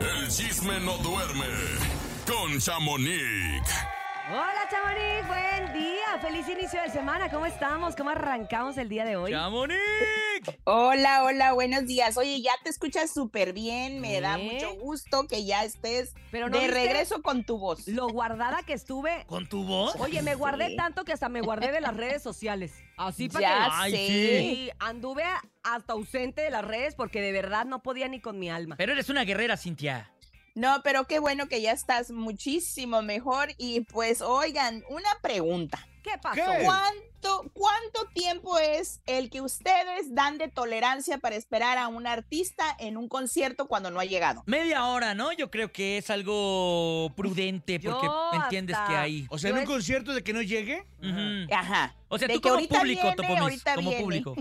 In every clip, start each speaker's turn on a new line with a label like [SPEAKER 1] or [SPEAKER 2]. [SPEAKER 1] El chisme no duerme con Chamonix.
[SPEAKER 2] Hola Chamonix, buen día, feliz inicio de semana, ¿cómo estamos? ¿Cómo arrancamos el día de hoy?
[SPEAKER 3] ¡Chamonix!
[SPEAKER 4] Hola, hola, buenos días. Oye, ya te escuchas súper bien, me da
[SPEAKER 2] ¿Eh?
[SPEAKER 4] mucho gusto que ya estés
[SPEAKER 2] Pero no
[SPEAKER 4] de
[SPEAKER 2] viste-
[SPEAKER 4] regreso con tu voz.
[SPEAKER 2] Lo guardada que estuve,
[SPEAKER 3] ¿Con tu voz?
[SPEAKER 2] oye, me guardé
[SPEAKER 4] Sí.
[SPEAKER 2] tanto que hasta me guardé de las redes sociales. Así para
[SPEAKER 4] ya
[SPEAKER 2] que...
[SPEAKER 3] Ay,
[SPEAKER 4] sé.
[SPEAKER 3] Ah, sí.
[SPEAKER 2] Y anduve hasta ausente de las redes porque de verdad no podía ni con mi alma.
[SPEAKER 3] Pero eres una guerrera, Cintia.
[SPEAKER 4] No, pero qué bueno que ya estás muchísimo mejor. Y pues, oigan, una pregunta.
[SPEAKER 2] ¿Qué pasó?
[SPEAKER 5] ¿Qué?
[SPEAKER 4] ¿Cuánto, cuánto tiempo es el que ustedes dan de tolerancia para esperar a un artista en un concierto cuando no ha llegado?
[SPEAKER 3] Media hora, ¿no? Yo creo que es algo prudente
[SPEAKER 2] Yo
[SPEAKER 3] porque entiendes
[SPEAKER 2] hasta-
[SPEAKER 3] que hay.
[SPEAKER 5] O sea,
[SPEAKER 2] Yo
[SPEAKER 5] en un
[SPEAKER 2] es-
[SPEAKER 5] concierto de que no llegue.
[SPEAKER 3] Ujú.
[SPEAKER 4] Ajá.
[SPEAKER 3] Mm. O sea,
[SPEAKER 4] De
[SPEAKER 3] tú
[SPEAKER 4] que
[SPEAKER 3] como
[SPEAKER 4] ahorita
[SPEAKER 3] público,
[SPEAKER 4] viene,
[SPEAKER 3] Topomis,
[SPEAKER 4] ahorita
[SPEAKER 3] como
[SPEAKER 4] viene.
[SPEAKER 3] público.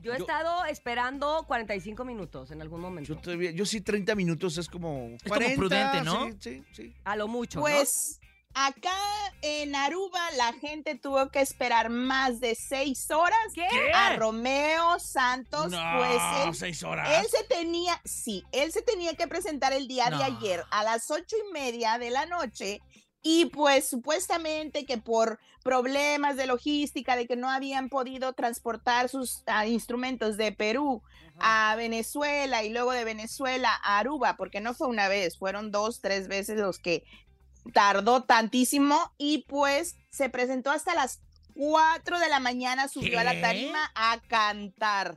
[SPEAKER 2] Yo he
[SPEAKER 5] Yo-
[SPEAKER 2] estado esperando 45 minutos en algún
[SPEAKER 5] Yo,
[SPEAKER 2] momento.
[SPEAKER 5] todavía- yo sí, 30 minutos es como.
[SPEAKER 3] como prudente, ¿no?
[SPEAKER 5] Sí, sí, sí.
[SPEAKER 2] A lo mucho. ¿no?
[SPEAKER 4] Pues acá en Aruba la gente tuvo que esperar más de seis horas
[SPEAKER 2] ¿Qué?
[SPEAKER 4] a Romeo Santos, pues él,
[SPEAKER 5] seis horas.
[SPEAKER 4] él se tenía, sí, él se tenía que presentar el día
[SPEAKER 3] No.
[SPEAKER 4] de ayer a las ocho y media de la noche. Y pues supuestamente que por problemas de logística, de que no habían podido transportar sus ah, instrumentos de Perú
[SPEAKER 2] Ajá.
[SPEAKER 4] a Venezuela y luego de Venezuela a Aruba, porque no fue una vez, fueron dos, tres veces los que tardó tantísimo y pues se presentó hasta las 4 de la mañana, subió a
[SPEAKER 3] ¿Qué?
[SPEAKER 4] la tarima a cantar.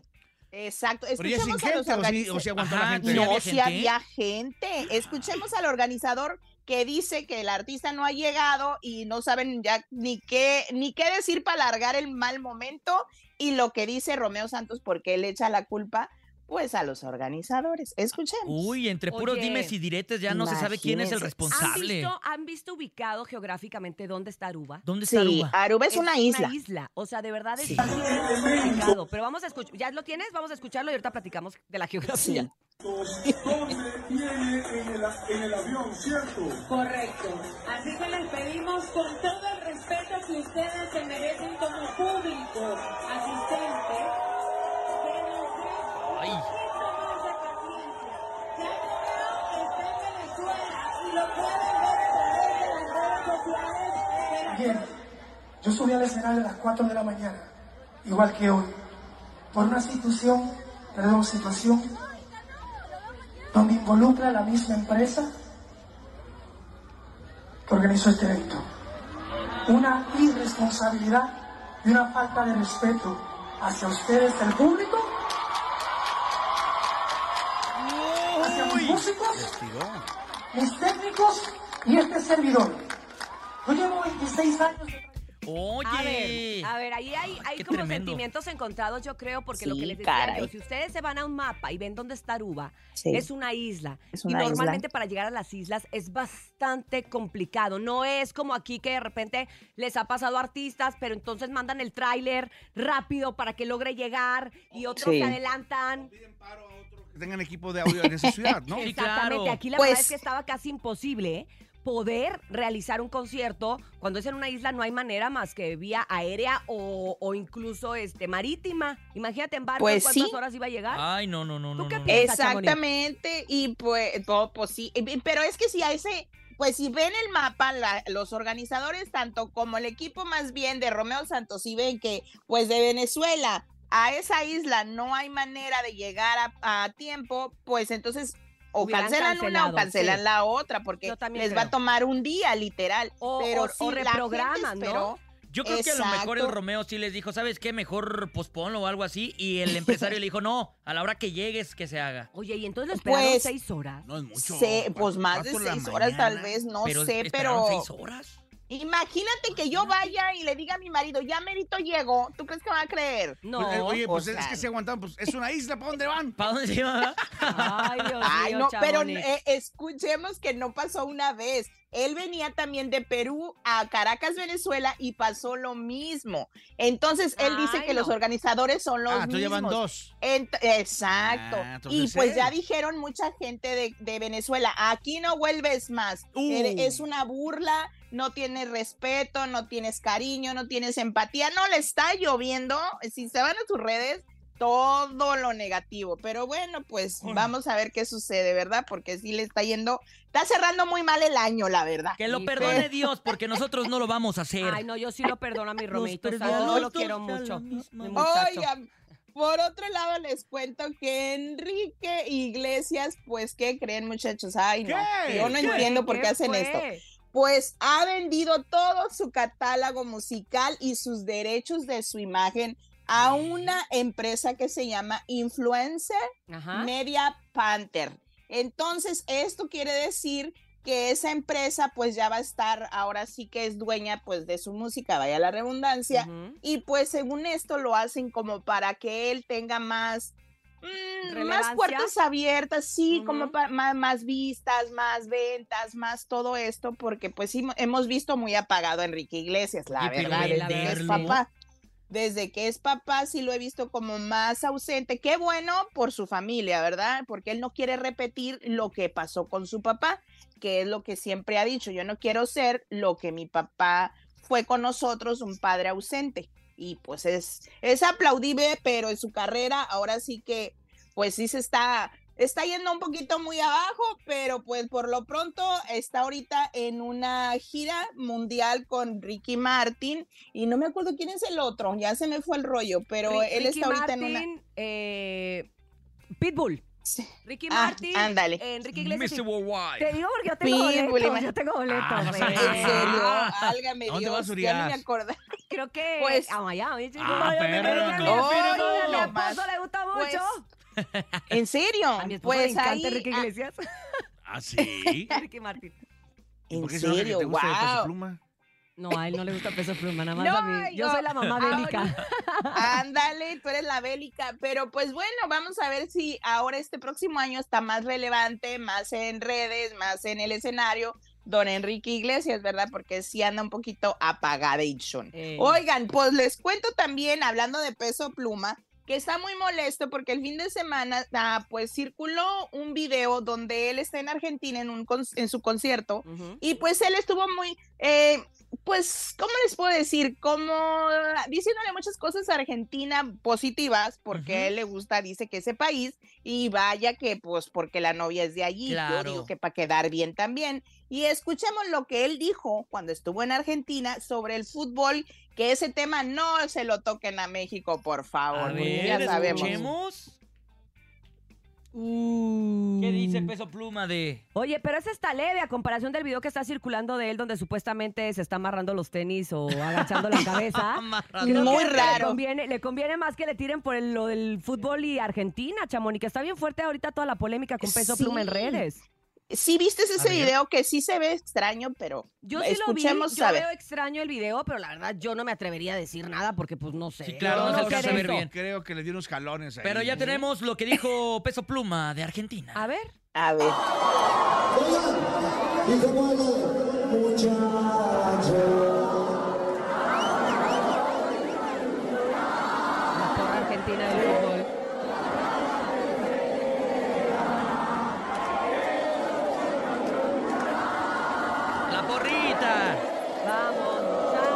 [SPEAKER 4] Exacto,
[SPEAKER 5] Pero ya sin
[SPEAKER 4] escuchemos a los
[SPEAKER 5] gente, o sí, o
[SPEAKER 4] organizadores.
[SPEAKER 5] sí aguantó la
[SPEAKER 3] Ajá,
[SPEAKER 5] gente.
[SPEAKER 3] ¿sí
[SPEAKER 4] No,
[SPEAKER 3] había
[SPEAKER 4] si
[SPEAKER 3] gente?
[SPEAKER 4] había gente. Escuchemos al organizador que dice que el artista no ha llegado y no saben ya ni qué ni qué decir para alargar el mal momento y lo que dice Romeo Santos porque él echa la culpa pues a los organizadores. Escuchemos.
[SPEAKER 3] Uy, entre puros
[SPEAKER 2] Oye,
[SPEAKER 3] dimes y diretes ya no se sabe quién es el
[SPEAKER 4] imagínense.
[SPEAKER 2] ¿Han
[SPEAKER 3] responsable.
[SPEAKER 2] visto, ¿Han visto ubicado geográficamente dónde está Aruba?
[SPEAKER 3] ¿Dónde
[SPEAKER 4] Sí,
[SPEAKER 3] está Aruba?
[SPEAKER 4] Aruba es, una isla.
[SPEAKER 2] O sea, de verdad es
[SPEAKER 4] Sí.
[SPEAKER 2] complicado. Pero vamos a escuchar. ¿Ya lo tienes? Vamos a escucharlo y ahorita platicamos de la geografía.
[SPEAKER 4] Sí.
[SPEAKER 6] viene en el, en el avión, ¿cierto?
[SPEAKER 7] Correcto. Así que les pedimos con todo el respeto que ustedes se merecen como público asistente, que nos den
[SPEAKER 3] Ay.
[SPEAKER 7] un poquito más de paciencia. Ya Romeo está en Venezuela y lo pueden ver a través de las redes sociales. eh, pero-
[SPEAKER 6] Bien, yo subí al escenario a las 4 de la mañana, igual que hoy, por una situación, perdón, situación donde involucra la misma empresa que organizó este evento. Una irresponsabilidad y una falta de respeto hacia ustedes, el público, hacia los músicos mis técnicos y este servidor. Yo llevo 26 años de
[SPEAKER 2] A
[SPEAKER 3] Oye.
[SPEAKER 2] ver, a ver, ahí hay, hay
[SPEAKER 3] Qué
[SPEAKER 2] como
[SPEAKER 3] tremendo.
[SPEAKER 2] sentimientos encontrados, yo creo, porque lo
[SPEAKER 4] Sí,
[SPEAKER 2] que les decía
[SPEAKER 4] caray.
[SPEAKER 2] yo, si ustedes se van a un mapa y ven dónde está Aruba,
[SPEAKER 4] Sí.
[SPEAKER 2] es una isla.
[SPEAKER 4] Es una
[SPEAKER 2] y
[SPEAKER 4] isla.
[SPEAKER 2] normalmente para llegar a las islas es bastante complicado. No es como aquí que de repente les ha pasado a artistas, pero entonces mandan el tráiler rápido para que logre llegar y otros
[SPEAKER 4] Sí.
[SPEAKER 2] se adelantan.
[SPEAKER 5] Que tengan equipo de audio en esa ciudad, ¿no?
[SPEAKER 3] Sí,
[SPEAKER 2] Exactamente,
[SPEAKER 3] claro.
[SPEAKER 2] aquí la
[SPEAKER 4] Pues-
[SPEAKER 2] verdad es que estaba casi imposible ¿eh? poder realizar un concierto cuando es en una isla no hay manera más que vía aérea o, o incluso este marítima. Imagínate en barco
[SPEAKER 4] Pues
[SPEAKER 2] cuántas
[SPEAKER 4] sí.
[SPEAKER 2] horas iba a llegar.
[SPEAKER 3] Ay, no, no, no,
[SPEAKER 2] ¿Tú
[SPEAKER 3] no.
[SPEAKER 2] qué
[SPEAKER 3] no.
[SPEAKER 2] piensas?
[SPEAKER 4] Exactamente, y pues, no, pues sí, y- y- pero es que si a ese, pues si ven el mapa, la- los organizadores, tanto como el equipo más bien de Romeo Santos, si ven que pues de Venezuela a esa isla no hay manera de llegar a, a tiempo, pues entonces o
[SPEAKER 2] Hubieran
[SPEAKER 4] cancelan una
[SPEAKER 2] cancelado,
[SPEAKER 4] o cancelan
[SPEAKER 2] sí.
[SPEAKER 4] la otra, porque
[SPEAKER 2] Yo
[SPEAKER 4] les
[SPEAKER 2] también
[SPEAKER 4] va
[SPEAKER 2] creo.
[SPEAKER 4] a tomar un día literal.
[SPEAKER 2] O-
[SPEAKER 4] pero
[SPEAKER 2] o- o
[SPEAKER 4] si la gente
[SPEAKER 2] reprograman, ¿no?
[SPEAKER 4] esperó,
[SPEAKER 3] Yo creo que a lo mejor el
[SPEAKER 4] Exacto.
[SPEAKER 3] Romeo sí les dijo, ¿sabes qué? Mejor posponlo o algo así. Y el empresario le dijo, no, a la hora que llegues que se haga.
[SPEAKER 2] Oye, y entonces lo esperaron
[SPEAKER 4] Pues-
[SPEAKER 2] seis horas.
[SPEAKER 5] No es mucho.
[SPEAKER 4] sé, pues
[SPEAKER 5] Cuatro-
[SPEAKER 4] más de
[SPEAKER 5] cuatro la
[SPEAKER 4] seis horas tal
[SPEAKER 5] mañana.
[SPEAKER 4] vez, no sé,
[SPEAKER 3] esperaron
[SPEAKER 4] pero...
[SPEAKER 3] seis horas?
[SPEAKER 4] Imagínate
[SPEAKER 2] Pues
[SPEAKER 4] que yo vaya y le diga a mi marido, ya merito llego, ¿tú crees que va a creer?
[SPEAKER 2] No.
[SPEAKER 5] Pues, eh, oye, pues
[SPEAKER 4] o
[SPEAKER 5] es
[SPEAKER 4] sea,
[SPEAKER 5] que se aguantaban, pues es una isla, ¿para dónde van?
[SPEAKER 3] ¿Para dónde se iba?
[SPEAKER 2] Ay, Dios
[SPEAKER 4] Ay,
[SPEAKER 2] mío,
[SPEAKER 4] no, pero
[SPEAKER 2] Chamonix.
[SPEAKER 4] eh, escuchemos que no pasó una vez. Él venía también de Perú a Caracas, Venezuela, y pasó lo mismo. Entonces, él dice
[SPEAKER 2] Ay,
[SPEAKER 4] que
[SPEAKER 2] no.
[SPEAKER 4] los organizadores son los
[SPEAKER 5] ah, tú
[SPEAKER 4] mismos.
[SPEAKER 5] llevan dos.
[SPEAKER 4] Ent- Exacto.
[SPEAKER 5] Ah,
[SPEAKER 4] y
[SPEAKER 5] entonces
[SPEAKER 4] pues
[SPEAKER 5] él.
[SPEAKER 4] ya dijeron mucha gente de, de Venezuela, aquí no vuelves más.
[SPEAKER 5] Uh.
[SPEAKER 4] Eres- Es una burla, no tienes respeto, no tienes cariño, no tienes empatía, no le está lloviendo. Si se van a tus redes, todo lo negativo. Pero bueno, pues vamos a ver qué sucede, ¿verdad? Porque sí le está yendo, está cerrando muy mal el año, la verdad.
[SPEAKER 3] Que
[SPEAKER 2] Sí,
[SPEAKER 3] lo
[SPEAKER 2] pero-
[SPEAKER 3] perdone Dios, porque nosotros no lo vamos a hacer.
[SPEAKER 2] Ay, no, yo sí lo perdono a mi Romeito.
[SPEAKER 3] Nos
[SPEAKER 2] Santos, yo
[SPEAKER 3] perdonó
[SPEAKER 2] lo quiero
[SPEAKER 3] todos a la
[SPEAKER 2] mucho.
[SPEAKER 3] misma
[SPEAKER 2] mi
[SPEAKER 3] vez.
[SPEAKER 2] muchacho.
[SPEAKER 4] Oigan, por otro lado les cuento que Enrique Iglesias, pues, ¿qué creen muchachos? Ay, no,
[SPEAKER 5] ¿Qué?
[SPEAKER 4] yo no
[SPEAKER 5] ¿Qué?
[SPEAKER 4] entiendo por qué,
[SPEAKER 2] ¿Qué
[SPEAKER 4] hacen
[SPEAKER 2] fue?
[SPEAKER 4] esto. Pues ha vendido todo su catálogo musical y sus derechos de su imagen a una empresa que se llama Influencer
[SPEAKER 2] Ajá.
[SPEAKER 4] Media Panther. Entonces, esto quiere decir que esa empresa pues ya va a estar, ahora sí que es dueña pues de su música, vaya la redundancia,
[SPEAKER 2] Ujú.
[SPEAKER 4] y pues según esto lo hacen como para que él tenga más mm, más
[SPEAKER 2] Relevancia.
[SPEAKER 4] puertas abiertas, sí, como
[SPEAKER 2] Ujú.
[SPEAKER 4] pa- ma- más, vistas, más ventas, más todo esto, porque pues sí, hemos visto muy apagado a Enrique Iglesias, la
[SPEAKER 3] Oye, pero
[SPEAKER 4] verdad, desde que es
[SPEAKER 3] venderlo.
[SPEAKER 4] papá. Desde que es papá sí lo he visto como más ausente. Qué bueno por su familia, ¿verdad? Porque él no quiere repetir lo que pasó con su papá, que es lo que siempre ha dicho. Yo no quiero ser lo que mi papá fue con nosotros, un padre ausente. Y pues es, es aplaudible, pero en su carrera ahora sí que, pues sí se está, está yendo un poquito muy abajo, pero pues por lo pronto está ahorita en una gira mundial con Ricky Martin y no me acuerdo quién es el otro, ya se me fue el rollo, pero
[SPEAKER 2] Ri-
[SPEAKER 4] él
[SPEAKER 2] Ricky
[SPEAKER 4] está ahorita en una...
[SPEAKER 2] Martin, eh, Pitbull.
[SPEAKER 4] Sí.
[SPEAKER 2] Ricky
[SPEAKER 4] Ah,
[SPEAKER 2] Martin.
[SPEAKER 4] ándale.
[SPEAKER 2] Enrique Iglesias. y-
[SPEAKER 3] Mr. Worldwide.
[SPEAKER 2] Te digo porque yo tengo
[SPEAKER 4] Pitbull,
[SPEAKER 2] boletos.
[SPEAKER 4] ima-
[SPEAKER 2] Yo tengo
[SPEAKER 3] Ah,
[SPEAKER 2] boletos.
[SPEAKER 4] En
[SPEAKER 3] sí.
[SPEAKER 2] eh.
[SPEAKER 4] serio,
[SPEAKER 5] Ah.
[SPEAKER 4] álgame
[SPEAKER 5] ¿A dónde
[SPEAKER 4] Dios,
[SPEAKER 5] vas,
[SPEAKER 4] ya no me
[SPEAKER 5] Urias?
[SPEAKER 4] acordé.
[SPEAKER 2] Creo que
[SPEAKER 4] Pues-
[SPEAKER 2] a Miami. chico,
[SPEAKER 3] Ah,
[SPEAKER 2] Miami,
[SPEAKER 3] perro,
[SPEAKER 2] Miami,
[SPEAKER 3] no.
[SPEAKER 2] Miami, Miami,
[SPEAKER 4] Oh,
[SPEAKER 2] a mi
[SPEAKER 4] no más.
[SPEAKER 2] esposo le gusta
[SPEAKER 4] Pues,
[SPEAKER 2] mucho.
[SPEAKER 4] ¿En serio?
[SPEAKER 2] a mi esposo le
[SPEAKER 4] Pues
[SPEAKER 2] encanta
[SPEAKER 4] ahí,
[SPEAKER 2] Enrique
[SPEAKER 4] ah,
[SPEAKER 2] Iglesias.
[SPEAKER 5] ¿Ah, sí?
[SPEAKER 2] Ricky Martin.
[SPEAKER 5] ¿Y
[SPEAKER 4] ¿En
[SPEAKER 5] por qué ese nombre que
[SPEAKER 4] serio?
[SPEAKER 5] te gusta de Peso
[SPEAKER 4] Wow.
[SPEAKER 5] Pluma?
[SPEAKER 2] No, a él no le gusta peso pluma, nada más
[SPEAKER 4] No,
[SPEAKER 2] a mí. Yo
[SPEAKER 4] yo-
[SPEAKER 2] soy la mamá bélica.
[SPEAKER 4] Ándale, tú eres la bélica, pero pues bueno, vamos a ver si ahora este próximo año está más relevante, más en redes, más en el escenario, don Enrique Iglesias, ¿verdad? Porque sí anda un poquito apagadation.
[SPEAKER 2] Eh.
[SPEAKER 4] Oigan, pues les cuento también, hablando de peso pluma, que está muy molesto porque el fin de semana, ah, pues circuló un video donde él está en Argentina en, un con- en su concierto
[SPEAKER 2] Ujú.
[SPEAKER 4] y pues él estuvo muy, eh, pues, ¿cómo les puedo decir? Como diciéndole muchas cosas a Argentina positivas, porque
[SPEAKER 3] Ujú.
[SPEAKER 4] a él le gusta, dice que ese país, y vaya que, pues, porque la novia es de allí, yo
[SPEAKER 3] Claro.
[SPEAKER 4] digo que para quedar bien también. Y escuchemos lo que él dijo cuando estuvo en Argentina sobre el fútbol, que ese tema no se lo toquen a México, por favor,
[SPEAKER 3] A
[SPEAKER 4] porque
[SPEAKER 3] ver,
[SPEAKER 4] ya sabemos.
[SPEAKER 3] escuchemos. ¿Qué dice el peso pluma de...?
[SPEAKER 2] Oye, pero ese está leve a comparación del video que está circulando de él donde supuestamente se está amarrando los tenis o agachando la
[SPEAKER 4] Ah.
[SPEAKER 2] cabeza.
[SPEAKER 3] Amarrado.
[SPEAKER 2] Creo que
[SPEAKER 4] Muy
[SPEAKER 2] le
[SPEAKER 4] raro.
[SPEAKER 2] conviene- le conviene más que le tiren por el- lo del fútbol y Argentina, Chamoni, que está bien fuerte ahorita toda la polémica con peso
[SPEAKER 4] Sí.
[SPEAKER 2] pluma en redes.
[SPEAKER 4] Sí, viste
[SPEAKER 3] A
[SPEAKER 4] ese
[SPEAKER 3] ver.
[SPEAKER 4] video que sí se ve extraño, pero
[SPEAKER 2] Yo sí
[SPEAKER 4] escuchemos,
[SPEAKER 2] lo vi, yo
[SPEAKER 4] a ver.
[SPEAKER 2] veo extraño el video, pero la verdad yo no me atrevería a decir nada porque pues no sé.
[SPEAKER 3] Sí, claro, no
[SPEAKER 2] Yo
[SPEAKER 3] se
[SPEAKER 2] sé
[SPEAKER 3] alcanza a
[SPEAKER 2] de
[SPEAKER 3] ver
[SPEAKER 2] eso.
[SPEAKER 3] bien.
[SPEAKER 5] Creo que le dio unos jalones ahí.
[SPEAKER 3] Pero ya
[SPEAKER 5] ¿no?
[SPEAKER 3] tenemos lo que dijo peso pluma de
[SPEAKER 2] A
[SPEAKER 4] Ah.
[SPEAKER 3] Argentina.
[SPEAKER 2] ver,
[SPEAKER 4] A ver.
[SPEAKER 8] y como el muchacho.
[SPEAKER 2] la porra argentina del fútbol.
[SPEAKER 3] ¡La porrita!
[SPEAKER 2] Vamos, muchachos.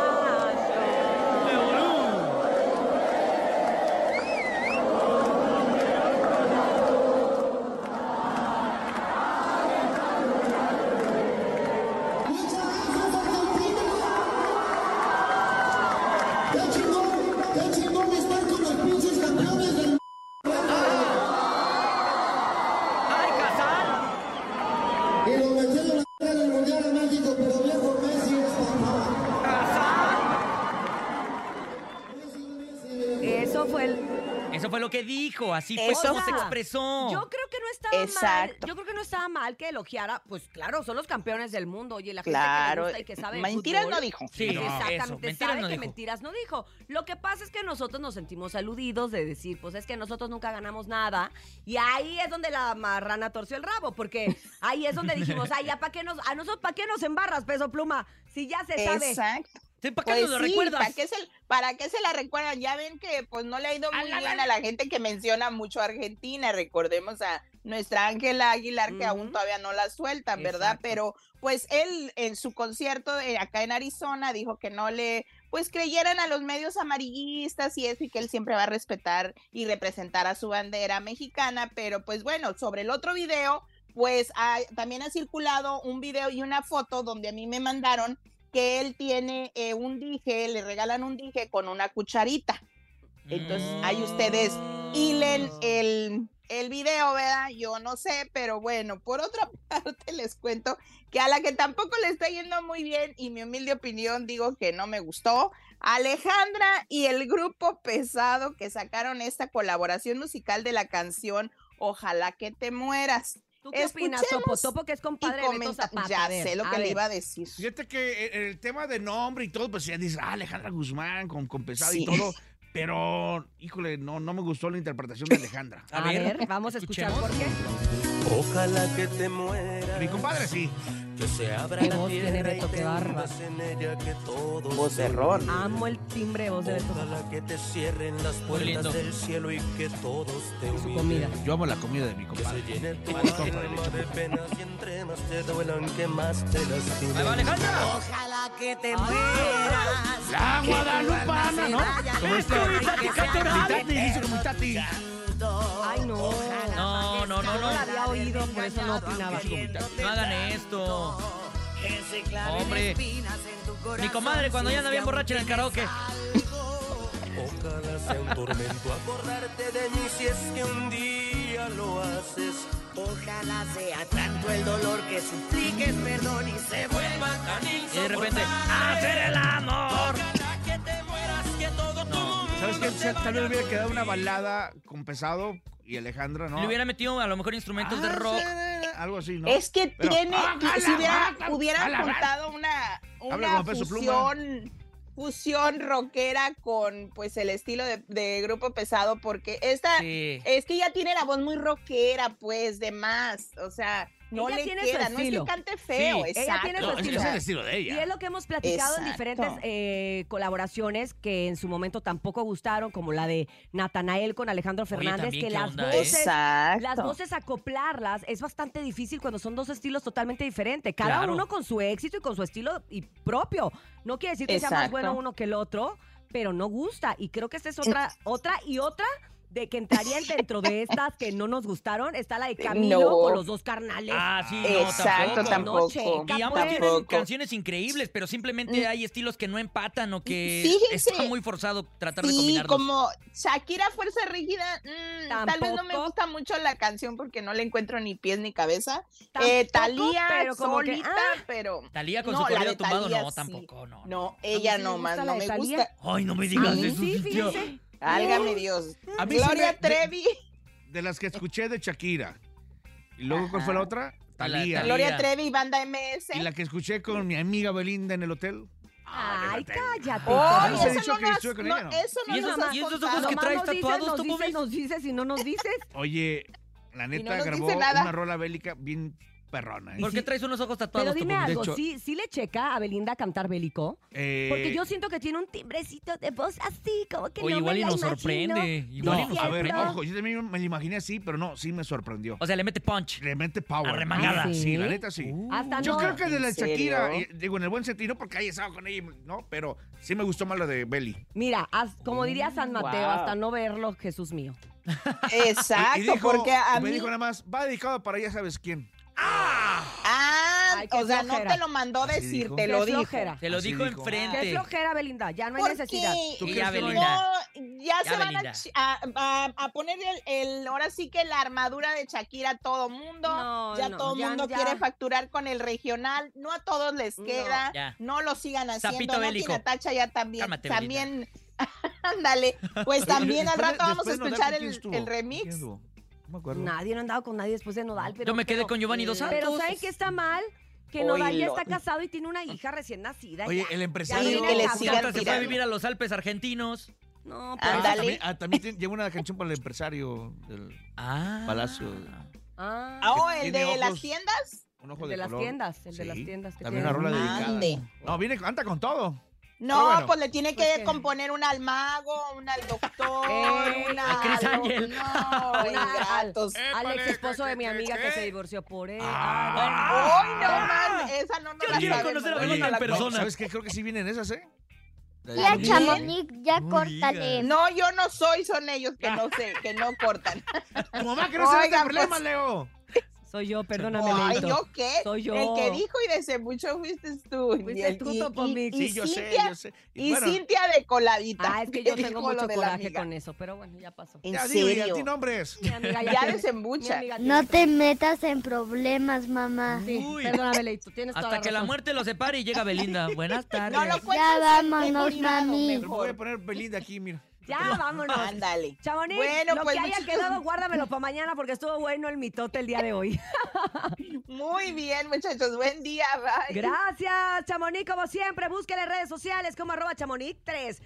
[SPEAKER 8] Muchas gracias, Argentina. Qué chingón, qué chingón estar con los pinches campeones del
[SPEAKER 3] ¡Ay, Casal!
[SPEAKER 8] Y lo metieron a la en el Mundial a México, pero viejo Messi estaba.
[SPEAKER 2] Eso fue el...
[SPEAKER 3] Eso fue lo que dijo, así fue
[SPEAKER 4] Eso
[SPEAKER 3] como se
[SPEAKER 2] fue.
[SPEAKER 3] expresó.
[SPEAKER 2] Yo creo que no estaba mal.
[SPEAKER 4] Exacto.
[SPEAKER 2] Yo creo que no estaba mal que elogiara, pues claro, son los campeones del mundo, oye, la gente
[SPEAKER 4] Claro.
[SPEAKER 2] que le gusta y que sabe de
[SPEAKER 4] Mentiras
[SPEAKER 2] fútbol.
[SPEAKER 4] no dijo.
[SPEAKER 3] Sí,
[SPEAKER 5] No,
[SPEAKER 3] eso,
[SPEAKER 2] Exactamente,
[SPEAKER 3] mentiras
[SPEAKER 2] sabe
[SPEAKER 3] no
[SPEAKER 2] que
[SPEAKER 3] dijo.
[SPEAKER 2] mentiras no dijo. Lo que pasa es que nosotros nos sentimos aludidos de decir, pues es que nosotros nunca ganamos nada. Y ahí es donde la marrana torció el rabo, porque ahí es donde dijimos, ay, ya para qué nos, a nosotros para qué nos embarras, peso pluma, si ya se sabe.
[SPEAKER 4] Exacto.
[SPEAKER 3] Sí, ¿Para qué
[SPEAKER 4] Pues
[SPEAKER 3] nos lo
[SPEAKER 4] sí,
[SPEAKER 3] recuerdas?
[SPEAKER 4] ¿para qué, se, ¿Para qué se la recuerdan? Ya ven que pues no le ha ido
[SPEAKER 3] A
[SPEAKER 4] muy
[SPEAKER 3] la-
[SPEAKER 4] bien a la gente que menciona mucho a Argentina. Recordemos a nuestra Ángela Aguilar, que aún
[SPEAKER 2] Ujú.
[SPEAKER 4] todavía no la sueltan, ¿verdad?
[SPEAKER 3] Exacto.
[SPEAKER 4] Pero pues él en su concierto eh, acá en Arizona dijo que no le pues creyeran a los medios amarillistas y eso, y que él siempre va a respetar y representar a su bandera mexicana, pero pues bueno, sobre el otro video, pues ha- también ha circulado un video y una foto donde a mí me mandaron que él tiene eh, un dije, le regalan un dije con una cucharita. Entonces,
[SPEAKER 3] Mm.
[SPEAKER 4] ahí ustedes hilen el, el video, ¿verdad? Yo no sé, pero bueno, por otra parte les cuento que a la que tampoco le está yendo muy bien y mi humilde opinión digo que no me gustó, Alejandra y el grupo pesado que sacaron esta colaboración musical de la canción Ojalá que te mueras.
[SPEAKER 2] ¿Tú qué opinas, Topo?
[SPEAKER 4] Escuchemos
[SPEAKER 2] Topo que es
[SPEAKER 4] Y
[SPEAKER 2] compadre de Beto
[SPEAKER 4] comenta-
[SPEAKER 2] Zapata.
[SPEAKER 4] ya
[SPEAKER 2] A ver,
[SPEAKER 4] sé lo
[SPEAKER 2] a
[SPEAKER 4] que le
[SPEAKER 2] ver.
[SPEAKER 4] iba a decir.
[SPEAKER 5] Fíjate que el, el tema de nombre y todo, pues ya dices, ah, Alejandra Guzmán con, con pesado
[SPEAKER 4] Sí.
[SPEAKER 5] y todo, pero, híjole, no, no me gustó la interpretación de Alejandra.
[SPEAKER 2] A ver, vamos a escuchar por qué.
[SPEAKER 9] Ojalá que te mueras.
[SPEAKER 5] Mi compadre sí.
[SPEAKER 9] Que se abra
[SPEAKER 2] Qué
[SPEAKER 9] la
[SPEAKER 2] voz tiene
[SPEAKER 9] tierra y
[SPEAKER 2] Beto,
[SPEAKER 9] te
[SPEAKER 2] qué barba.
[SPEAKER 9] hundas en ella, que todo
[SPEAKER 4] Voz
[SPEAKER 9] se
[SPEAKER 4] de error.
[SPEAKER 9] olvide.
[SPEAKER 2] Amo el timbre de voz de Beto Zapata.
[SPEAKER 9] Ojalá que te cierren las
[SPEAKER 3] lindo.
[SPEAKER 9] puertas del cielo y que todos te
[SPEAKER 2] Su
[SPEAKER 9] humillen.
[SPEAKER 2] comida.
[SPEAKER 5] Yo amo la comida de mi
[SPEAKER 9] Que se
[SPEAKER 5] compadre.
[SPEAKER 9] llene tu
[SPEAKER 5] Más torta de
[SPEAKER 9] alma
[SPEAKER 5] leche.
[SPEAKER 9] de penas y entre más te duelan que más te lastimen.
[SPEAKER 3] Ahí va Alejandra.
[SPEAKER 9] Ojalá que te
[SPEAKER 5] La guadalupana, ¿no? Como este esta. Mitati, dice como Mitati.
[SPEAKER 2] Ay, no.
[SPEAKER 3] No, no, no,
[SPEAKER 2] No la
[SPEAKER 3] no.
[SPEAKER 2] había oído, por eso no opinaba.
[SPEAKER 3] No hagan esto. Hombre. Mi comadre cuando ya anda bien borracha en el karaoke.
[SPEAKER 9] Ojalá sea un tormento acordarte de mí si es que un día lo haces. Ojalá sea tanto el dolor que supliques perdón y se vuelva tan
[SPEAKER 3] Y de repente,
[SPEAKER 9] ¡Hacer el amor! que te mueras, que todo tu mundo
[SPEAKER 5] ¿Sabes qué? Se- Tal vez hubiera quedado una balada con pesado y Alejandra, ¿no?
[SPEAKER 3] Le hubiera metido a lo mejor instrumentos de
[SPEAKER 5] Ah,
[SPEAKER 3] rock.
[SPEAKER 5] sí, Algo así, ¿no?
[SPEAKER 4] Es que
[SPEAKER 5] Pero- ¡ah,
[SPEAKER 4] tiene,
[SPEAKER 5] ¡Ojalá,
[SPEAKER 4] si hubiera,
[SPEAKER 5] ojalá, ¡Ah,
[SPEAKER 4] hubieran
[SPEAKER 5] ojalá!
[SPEAKER 4] juntado una,
[SPEAKER 5] Habla
[SPEAKER 4] una
[SPEAKER 5] como Peso Pluma.
[SPEAKER 4] fusión, fusión rockera con pues el estilo de, de grupo pesado, porque esta
[SPEAKER 3] Sí.
[SPEAKER 4] es que ya tiene la voz muy rockera, pues, de más. O sea, no
[SPEAKER 2] Ella
[SPEAKER 4] le
[SPEAKER 2] tiene su
[SPEAKER 4] queda, no es
[SPEAKER 2] estilo.
[SPEAKER 4] que cante feo,
[SPEAKER 3] Sí,
[SPEAKER 4] exacto.
[SPEAKER 2] ella tiene su
[SPEAKER 5] No, es,
[SPEAKER 2] estilo.
[SPEAKER 5] es el estilo de
[SPEAKER 2] Y
[SPEAKER 5] ella.
[SPEAKER 2] es lo que hemos platicado en
[SPEAKER 4] Exacto.
[SPEAKER 2] diferentes eh, colaboraciones que en su momento tampoco gustaron, como la de Natanael con Alejandro
[SPEAKER 3] Oye,
[SPEAKER 2] Fernández,
[SPEAKER 3] también
[SPEAKER 2] que
[SPEAKER 3] qué
[SPEAKER 2] las
[SPEAKER 3] onda, ¿eh?
[SPEAKER 2] voces,
[SPEAKER 4] Exacto.
[SPEAKER 2] las voces acoplarlas es bastante difícil cuando son dos estilos totalmente diferentes, cada
[SPEAKER 3] Claro.
[SPEAKER 2] uno con su éxito y con su estilo y propio. No quiere decir que sea más
[SPEAKER 4] Exacto.
[SPEAKER 2] bueno uno que el otro, pero no gusta. Y creo que esta es otra, otra y otra de que entrarían dentro de estas que no nos gustaron. Está la de Camilo
[SPEAKER 4] No.
[SPEAKER 2] con los dos carnales.
[SPEAKER 3] Ah, sí, no,
[SPEAKER 4] Exacto,
[SPEAKER 2] tampoco.
[SPEAKER 4] tampoco. Mm.
[SPEAKER 2] No, pues.
[SPEAKER 3] Y ambos
[SPEAKER 2] Tampoco.
[SPEAKER 3] tienen canciones increíbles, pero simplemente hay estilos que no empatan o que
[SPEAKER 4] Fíjense.
[SPEAKER 3] está muy forzado tratar de
[SPEAKER 4] Sí,
[SPEAKER 3] combinarlos.
[SPEAKER 4] como Shakira Fuerza Rígida, mm, tal vez no me
[SPEAKER 2] Tampoco.
[SPEAKER 4] gusta mucho la canción porque no le encuentro ni pies ni cabeza.
[SPEAKER 2] Tampoco,
[SPEAKER 4] eh, Talía
[SPEAKER 2] pero como que,
[SPEAKER 4] solita,
[SPEAKER 2] ah.
[SPEAKER 4] pero
[SPEAKER 3] Talía con
[SPEAKER 4] No,
[SPEAKER 3] su
[SPEAKER 4] la
[SPEAKER 3] corrido
[SPEAKER 4] de
[SPEAKER 3] tumbado,
[SPEAKER 4] Thalía,
[SPEAKER 3] no,
[SPEAKER 4] sí.
[SPEAKER 3] tampoco, no.
[SPEAKER 4] no,
[SPEAKER 2] A
[SPEAKER 4] ella
[SPEAKER 2] mí sí me
[SPEAKER 4] nomás
[SPEAKER 2] gusta
[SPEAKER 4] no
[SPEAKER 2] la de
[SPEAKER 4] me
[SPEAKER 2] Thalía.
[SPEAKER 4] gusta.
[SPEAKER 3] Ay, no me digas
[SPEAKER 2] mí
[SPEAKER 3] eso.
[SPEAKER 2] sí,
[SPEAKER 3] sí, tío.
[SPEAKER 2] fíjense.
[SPEAKER 4] Válgame Dios.
[SPEAKER 5] A mí sí me-
[SPEAKER 4] Gloria
[SPEAKER 5] de-
[SPEAKER 4] Trevi.
[SPEAKER 5] De las que escuché de Shakira. ¿Y luego cuál fue la otra?
[SPEAKER 3] Talía.
[SPEAKER 5] Talía.
[SPEAKER 4] Gloria Trevi y banda MS.
[SPEAKER 5] Y la que escuché con mi amiga Belinda en el hotel.
[SPEAKER 3] Ah,
[SPEAKER 5] Ah,
[SPEAKER 2] Ay, cállate.
[SPEAKER 4] Ay,
[SPEAKER 5] no
[SPEAKER 2] Carlos.
[SPEAKER 5] se ha
[SPEAKER 4] eso
[SPEAKER 5] dicho
[SPEAKER 4] no
[SPEAKER 5] que
[SPEAKER 4] me has-
[SPEAKER 5] estuve con
[SPEAKER 4] no,
[SPEAKER 5] ella, ¿no?
[SPEAKER 4] Eso no
[SPEAKER 3] ¿Y esos-
[SPEAKER 4] nos has
[SPEAKER 3] y esos ojos
[SPEAKER 4] contado.
[SPEAKER 3] que
[SPEAKER 2] Nomás
[SPEAKER 3] traes
[SPEAKER 2] nos dices,
[SPEAKER 3] tatuados,
[SPEAKER 2] nos
[SPEAKER 3] ¿tú
[SPEAKER 2] dices,
[SPEAKER 3] ves?
[SPEAKER 2] Nos dices y no nos dices.
[SPEAKER 5] Oye, la neta
[SPEAKER 4] nos dice
[SPEAKER 5] grabó
[SPEAKER 4] nada.
[SPEAKER 5] una rola bélica bien perrona. ¿eh?
[SPEAKER 3] ¿Por qué traes unos ojos tatuados?
[SPEAKER 2] Pero dime
[SPEAKER 3] Topo?
[SPEAKER 2] algo,
[SPEAKER 5] hecho-
[SPEAKER 2] ¿sí, ¿sí le checa a Belinda cantar bélico?
[SPEAKER 5] Eh,
[SPEAKER 2] Porque yo siento que tiene un timbrecito de voz así, como que
[SPEAKER 3] Oye,
[SPEAKER 2] no
[SPEAKER 3] igual
[SPEAKER 2] me
[SPEAKER 3] y
[SPEAKER 2] la
[SPEAKER 3] nos
[SPEAKER 2] imagino.
[SPEAKER 3] sorprende.
[SPEAKER 5] No,
[SPEAKER 3] Igual y nos
[SPEAKER 5] a ver,
[SPEAKER 3] sorprende.
[SPEAKER 5] ojo, yo también me la imaginé así, pero no, sí me sorprendió.
[SPEAKER 3] O sea, le mete punch.
[SPEAKER 5] Le mete power.
[SPEAKER 3] Arremangada. Uh,
[SPEAKER 5] Sí,
[SPEAKER 2] ¿Sí?
[SPEAKER 5] la neta sí.
[SPEAKER 2] Hasta
[SPEAKER 5] Yo
[SPEAKER 2] no.
[SPEAKER 5] creo que de la
[SPEAKER 4] ¿En serio?
[SPEAKER 5] Shakira, eh, digo, en el buen sentido, porque ahí estaba con ella, ¿no? Pero sí me gustó más la de Belly.
[SPEAKER 2] Mira, as- como diría San Mateo,
[SPEAKER 5] Mm.
[SPEAKER 4] wow.
[SPEAKER 2] hasta no verlo, Jesús mío.
[SPEAKER 4] Exacto,
[SPEAKER 5] Y- y dijo-
[SPEAKER 4] porque a
[SPEAKER 5] me
[SPEAKER 4] mí.
[SPEAKER 5] dijo nada más, va dedicado para ya sabes quién.
[SPEAKER 4] Ah,
[SPEAKER 2] Ay, qué
[SPEAKER 4] o sea, no
[SPEAKER 2] flojera.
[SPEAKER 4] te lo mandó
[SPEAKER 5] Así
[SPEAKER 4] decir,
[SPEAKER 5] dijo.
[SPEAKER 4] te
[SPEAKER 2] Qué
[SPEAKER 4] lo dijo.
[SPEAKER 2] flojera.
[SPEAKER 3] Te lo
[SPEAKER 5] Así
[SPEAKER 3] dijo
[SPEAKER 5] dijo.
[SPEAKER 2] Qué
[SPEAKER 3] enfrente.
[SPEAKER 2] flojera, Belinda. Ya no hay
[SPEAKER 4] Porque
[SPEAKER 2] necesidad.
[SPEAKER 5] ¿Tú
[SPEAKER 3] Y
[SPEAKER 5] crees
[SPEAKER 3] ya,
[SPEAKER 5] que no hay-
[SPEAKER 3] Belinda.
[SPEAKER 4] No, ya,
[SPEAKER 3] Ya,
[SPEAKER 4] se van
[SPEAKER 3] Belinda.
[SPEAKER 4] a, chi- a- a- a poner el, el- ahora sí que la armadura de Shakira a todo mundo.
[SPEAKER 2] No,
[SPEAKER 4] ya
[SPEAKER 2] no,
[SPEAKER 4] todo
[SPEAKER 2] ya-
[SPEAKER 4] mundo
[SPEAKER 2] ya.
[SPEAKER 4] quiere facturar con el regional. No a todos les
[SPEAKER 2] No,
[SPEAKER 4] queda.
[SPEAKER 3] ya.
[SPEAKER 4] No, lo sigan haciendo.
[SPEAKER 3] Sapito
[SPEAKER 4] Nati
[SPEAKER 3] bélico.
[SPEAKER 4] Natacha ya también.
[SPEAKER 3] Cálmate, Belinda.
[SPEAKER 4] también. Ándale. Pues también al
[SPEAKER 5] Después-
[SPEAKER 4] rato vamos a
[SPEAKER 5] después de
[SPEAKER 4] escuchar
[SPEAKER 5] Nodal, ¿con quién
[SPEAKER 4] el,
[SPEAKER 5] estuvo?
[SPEAKER 4] el
[SPEAKER 5] ¿Con quién
[SPEAKER 4] remix.
[SPEAKER 5] estuvo? No me acuerdo.
[SPEAKER 2] Nadie no ha andado con nadie después de Nodal. Pero,
[SPEAKER 3] Yo me quedé
[SPEAKER 2] pero-
[SPEAKER 3] con Giovanni Dos Santos.
[SPEAKER 2] Pero ¿saben qué está mal? Que
[SPEAKER 4] Oilo.
[SPEAKER 2] Nodal ya está casado y tiene una hija recién nacida.
[SPEAKER 5] Oye,
[SPEAKER 2] ya.
[SPEAKER 5] el
[SPEAKER 2] Ya
[SPEAKER 5] empresario.
[SPEAKER 2] viene que le
[SPEAKER 5] Ah,
[SPEAKER 2] sigan
[SPEAKER 3] Ahorita se fue a
[SPEAKER 4] tirando.
[SPEAKER 3] vivir a los Alpes argentinos.
[SPEAKER 2] No, pero...
[SPEAKER 5] también-
[SPEAKER 4] Ándale.
[SPEAKER 5] Ah, también tiene- lleva una canción para el empresario. del-
[SPEAKER 3] Ah.
[SPEAKER 5] Palacio.
[SPEAKER 2] Ah,
[SPEAKER 4] Ah, oh,
[SPEAKER 5] Que
[SPEAKER 4] el
[SPEAKER 5] tiene
[SPEAKER 4] de las
[SPEAKER 5] ojos.
[SPEAKER 4] tiendas.
[SPEAKER 5] un ojo
[SPEAKER 2] el
[SPEAKER 5] de,
[SPEAKER 2] de las
[SPEAKER 5] color.
[SPEAKER 2] tiendas. El de las
[SPEAKER 5] Sí,
[SPEAKER 2] tiendas. Que
[SPEAKER 5] También
[SPEAKER 2] tiene-
[SPEAKER 5] una rola
[SPEAKER 4] tienen.
[SPEAKER 5] dedicada.
[SPEAKER 4] Ande.
[SPEAKER 5] No, viene, canta con todo.
[SPEAKER 4] No,
[SPEAKER 5] bueno.
[SPEAKER 4] pues le tiene que
[SPEAKER 2] Pues que-
[SPEAKER 4] componer una al mago, una al doctor,
[SPEAKER 2] Eh,
[SPEAKER 4] una
[SPEAKER 3] a Chris
[SPEAKER 4] al-
[SPEAKER 3] Angel.
[SPEAKER 4] No, ingratos.
[SPEAKER 2] Alex, esposo de mi amiga que se divorció por él.
[SPEAKER 5] Ah.
[SPEAKER 2] Ah,
[SPEAKER 4] ¡Ay, no más! Eh, Esa no, no
[SPEAKER 3] Yo
[SPEAKER 4] la
[SPEAKER 3] quiero
[SPEAKER 4] saben,
[SPEAKER 3] conocer a
[SPEAKER 4] no,
[SPEAKER 3] Belinda
[SPEAKER 4] Ah. no
[SPEAKER 3] en
[SPEAKER 4] la
[SPEAKER 5] no,
[SPEAKER 3] persona.
[SPEAKER 5] ¿Sabes qué? Creo que sí vienen esas, ¿eh?
[SPEAKER 10] Tía Chamonix, ya córtale.
[SPEAKER 4] No, yo no soy, son ellos que no sé, que no cortan.
[SPEAKER 5] Tu mamá que no se mete
[SPEAKER 4] Oigan,
[SPEAKER 5] en problemas,
[SPEAKER 4] pues,
[SPEAKER 5] Leo.
[SPEAKER 2] Soy yo, perdóname,
[SPEAKER 4] Ay,
[SPEAKER 2] Leito.
[SPEAKER 4] ¿yo qué?
[SPEAKER 2] Soy yo.
[SPEAKER 4] El que dijo y desembuchó fuiste tú.
[SPEAKER 2] Fuiste
[SPEAKER 4] Y el-
[SPEAKER 2] tú,
[SPEAKER 4] y-
[SPEAKER 2] Topomix.
[SPEAKER 4] y- y
[SPEAKER 5] Sí, yo sé,
[SPEAKER 4] Cintia-
[SPEAKER 5] yo sé. Y
[SPEAKER 4] Y
[SPEAKER 5] bueno.
[SPEAKER 4] Cintia de coladita.
[SPEAKER 2] Ah, es que yo
[SPEAKER 4] que
[SPEAKER 2] tengo
[SPEAKER 4] dijo lo
[SPEAKER 2] mucho
[SPEAKER 4] de la
[SPEAKER 2] coraje
[SPEAKER 4] amiga.
[SPEAKER 2] con eso, pero bueno, ya pasó.
[SPEAKER 4] En
[SPEAKER 5] Ya digo, ya
[SPEAKER 4] serio.
[SPEAKER 5] di nombres.
[SPEAKER 2] Mi amiga
[SPEAKER 4] Ya
[SPEAKER 2] tiene-
[SPEAKER 4] desembucha.
[SPEAKER 2] mi amiga
[SPEAKER 10] No
[SPEAKER 2] tiene-
[SPEAKER 10] te metas en problemas, mamá.
[SPEAKER 2] Sí,
[SPEAKER 3] Uy.
[SPEAKER 2] perdóname, Leito, tienes toda
[SPEAKER 3] Hasta que la
[SPEAKER 2] razón.
[SPEAKER 3] muerte los separe y llega Belinda. Buenas tardes.
[SPEAKER 4] No lo cuentes.
[SPEAKER 10] Ya vámonos,
[SPEAKER 4] en privado,
[SPEAKER 10] mami.
[SPEAKER 5] Pero me voy a
[SPEAKER 4] mejor.
[SPEAKER 5] poner Belinda aquí, mira.
[SPEAKER 2] Ya, vámonos.
[SPEAKER 4] Ándale.
[SPEAKER 2] Chamonix,
[SPEAKER 4] Ah, Bueno,
[SPEAKER 2] lo
[SPEAKER 4] pues,
[SPEAKER 2] que haya
[SPEAKER 4] muchachos.
[SPEAKER 2] quedado, guárdamelo para mañana porque estuvo bueno el mitote el día de hoy.
[SPEAKER 4] Muy bien, muchachos. Buen día. Bye.
[SPEAKER 2] Gracias, Chamonix, como siempre. Búsquenle en redes sociales como arroba chamonix3.